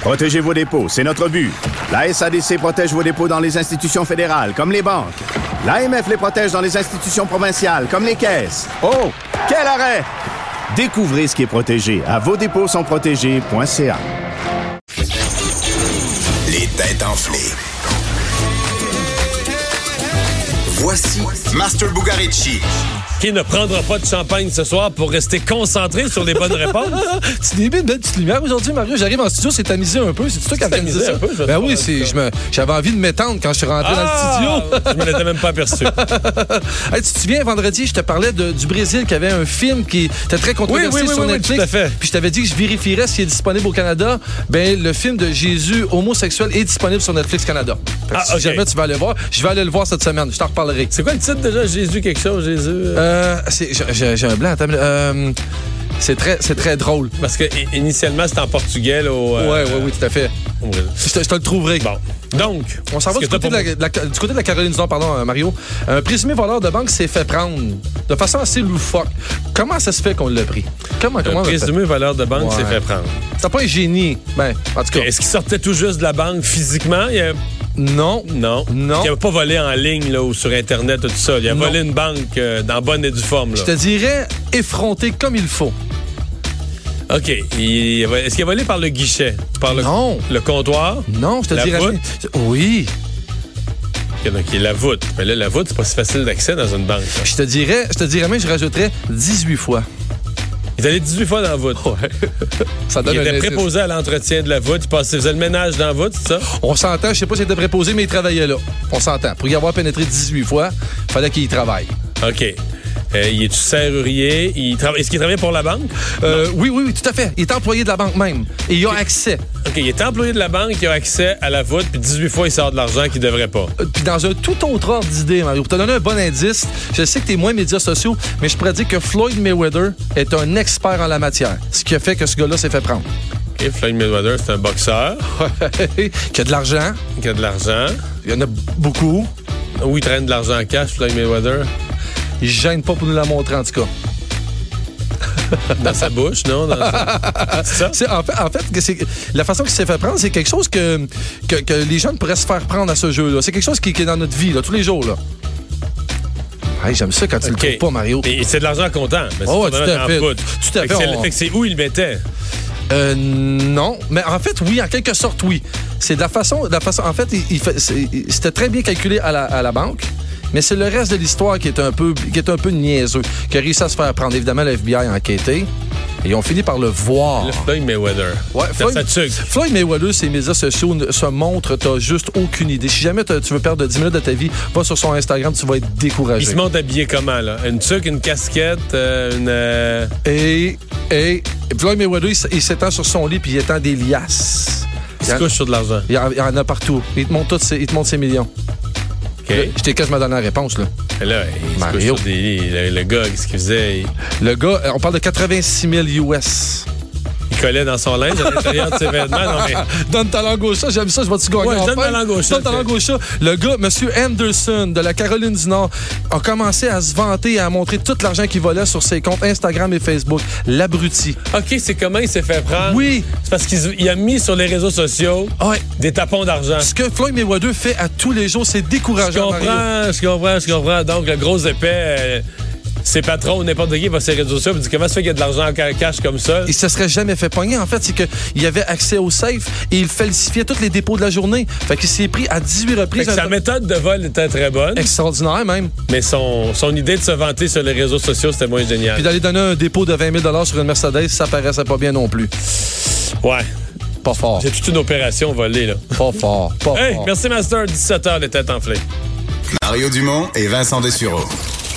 Protégez vos dépôts, c'est notre but. La SADC protège vos dépôts dans les institutions fédérales, comme les banques. L'AMF les protège dans les institutions provinciales, comme les caisses. Oh, quel arrêt! Découvrez ce qui est protégé à vos dépôts sont protégés.ca. Les têtes enflées. Voici Master Bugarici. qui ne prendra pas de champagne ce soir pour rester concentré sur les bonnes réponses. Tu débutes une belle petite lumière aujourd'hui, Mario. J'arrive en studio, c'est tamisé un peu. C'est toi qui as organisé tamisé ça? un peu, je sais ben pas, en oui, c'est- tout je me- j'avais envie de m'étendre quand je suis rentré dans le studio. Ah! Je ne l'étais même pas aperçu. Hey, tu te souviens, vendredi, je te parlais de- du Brésil qui avait un film qui était très controversé Oui, oui, oui, sur oui, oui, Netflix. tout à fait. Puis je t'avais dit que je vérifierais s'il est disponible au Canada. Ben, le film de Jésus homosexuel est disponible sur Netflix Canada. Fait que Ah, si ok. jamais tu vas le voir, je vais aller le voir cette semaine. Je t'en reparlerai. C'est quoi le titre déjà? Jésus quelque chose, Jésus? euh, Euh, c'est- j'ai- j'ai j'ai un blanc. attends une minute. Euh, c'est très, c'est très drôle. Parce que i- initialement, c'était en portugais. Là, au, Ouais, euh, ouais, oui, tout à fait. au Brésil. Je te, je te le trouverai. Bon. Donc, On s'en va ce du que t'as côté, pour de la, de la- du côté de la Caroline du Nord, pardon, euh, Mario. Un présumé voleur de banque s'est fait prendre de façon assez loufoque. Comment ça se fait qu'on l'a pris? Comment, moi? comment Un on l'a fait? euh, présumé valeur de banque s'est Ouais. fait prendre. T'as pas un génie. Ben, en tout cas, Est-ce qu'il sortait tout juste de la banque physiquement? Il y a- non. Non. Non. Il n'avait pas volé en ligne là, ou sur Internet, tout ça. Il a Non. volé une banque euh, dans bonne et due forme. Là. Je te dirais effronté comme il faut. OK. Il- Est-ce qu'il a volé par le guichet? Par le, Non. le comptoir? Non, je te La dirais. voûte? Oui. OK, donc, il y a la voûte. Mais là, la voûte, c'est pas si facile d'accès dans une banque. là. Je te dirais, je te dirais même, je rajouterais 18 fois. Il est allé 18 fois dans la voûte. Ça donne Il un était indice. préposé à l'entretien de la voûte. Il, passait, il faisait le ménage dans la voûte, c'est ça? On s'entend, je sais pas s'il était préposé, mais il travaillait là. On s'entend. Pour y avoir pénétré 18 fois, fallait qu'il y travaille. OK. Euh, il est-tu serrurier? Il trava- Est-ce qu'il travaille pour la banque? Euh, oui, oui, oui, tout à fait. Il est employé de la banque même. Et il a accès. OK, il est employé de la banque, il a accès à la voûte, puis 18 fois, il sort de l'argent qu'il devrait pas. Euh, Puis dans un tout autre ordre d'idée, Mario, pour te donner un bon indice, je sais que t'es moins médias sociaux, mais je pourrais dire que Floyd Mayweather est un expert en la matière. Ce qui a fait que ce gars-là s'est fait prendre. OK, Floyd Mayweather, c'est un boxeur qui a de l'argent. qui a de l'argent. Il y en a beaucoup. Où il traîne de l'argent en cash, Floyd Mayweather? Il gêne pas pour nous la montrer, en tout cas. Dans sa bouche, non? Dans sa- C'est ça? C'est- En fait, en fait que c'est- la façon qu'il s'est fait prendre, c'est quelque chose que, que, que les jeunes pourraient se faire prendre à ce jeu-là. C'est quelque chose qui, qui est dans notre vie, là, tous les jours. Là. Hey, J'aime ça quand tu OK. le trouves pas, Mario. Et c'est de l'argent comptant. Mais c'est Oh, ouais, pas tout vraiment à en fait. voûte. Tout à Fait fait, que c'est- on- fait que c'est où il le mettait? Euh, non, mais en fait, oui, en quelque sorte, oui. C'est de la façon, de la façon. En fait, il- il fait- c'est- il- c'était très bien calculé à la, à la banque. Mais c'est le reste de l'histoire qui est un peu qui est un peu niaiseux, qui a réussi à se faire prendre. Évidemment, le FBI a enquêté et ils ont fini par le voir. Le Floyd Mayweather. Ouais, Dans Floyd- sa tuque. Floyd Mayweather, ses médias sociaux ne- se montrent, t'as juste aucune idée. Si jamais t'as- tu veux perdre 10 minutes de ta vie, va sur son Instagram, tu vas être découragé. Il se monte habillé comment, là? Une tuque, une casquette, euh, une. euh, Et, et Floyd Mayweather, il s- il s'étend sur son lit puis il étend des liasses. Il Il y se en- couche sur de l'argent. Il y en- il y en a partout. Il te montre, tout ses, il te montre ses millions. OK. Là, Je t'ai cache ma dernière réponse. Là. Et Là, il se couche Mario. sur des lits. Le, le gars, qu'est-ce qu'il faisait? Il, Le gars, euh, on parle de 86 000 US. il collait dans son linge à l'intérieur de ses vêtements. Non, mais. Donne ta langue au chat, j'aime ça, je vais-tu gagner Ouais, en donne ma fin? langue au chat, Donne ta c'est- langue au chat. Le gars, M. Anderson, de la Caroline du Nord, a commencé à se vanter et à montrer tout l'argent qu'il volait sur ses comptes Instagram et Facebook. L'abruti. OK, c'est comment il s'est fait prendre? Oui. C'est parce qu'il se- il a mis sur les réseaux sociaux Ouais. des tapons d'argent. Ce que Floyd Mayweather fait à tous les jours, c'est Je décourageant. Mario. comprends, je comprends, je comprends. Donc, le gros épais, euh, ses patrons, n'importe qui, va sur les réseaux sociaux et dit comment ça fait qu'il y a de l'argent en ca- cash comme ça? Il se serait jamais fait pogner. En fait, c'est qu'il avait accès au safe et il falsifiait tous les dépôts de la journée. Fait qu'il s'est pris à 18 Fait reprises. que sa méthode de vol était très bonne, Extraordinaire, même. mais son, son idée de se vanter sur les réseaux sociaux, c'était moins génial. Puis d'aller donner un dépôt de 20 000 sur une Mercedes, ça paraissait pas bien non plus. Ouais, Pas fort. c'est toute une opération volée, là. Pas fort. Pas Hey, fort. merci Master, 17h, les têtes enflées. Mario Dumont et Vincent Dessureau.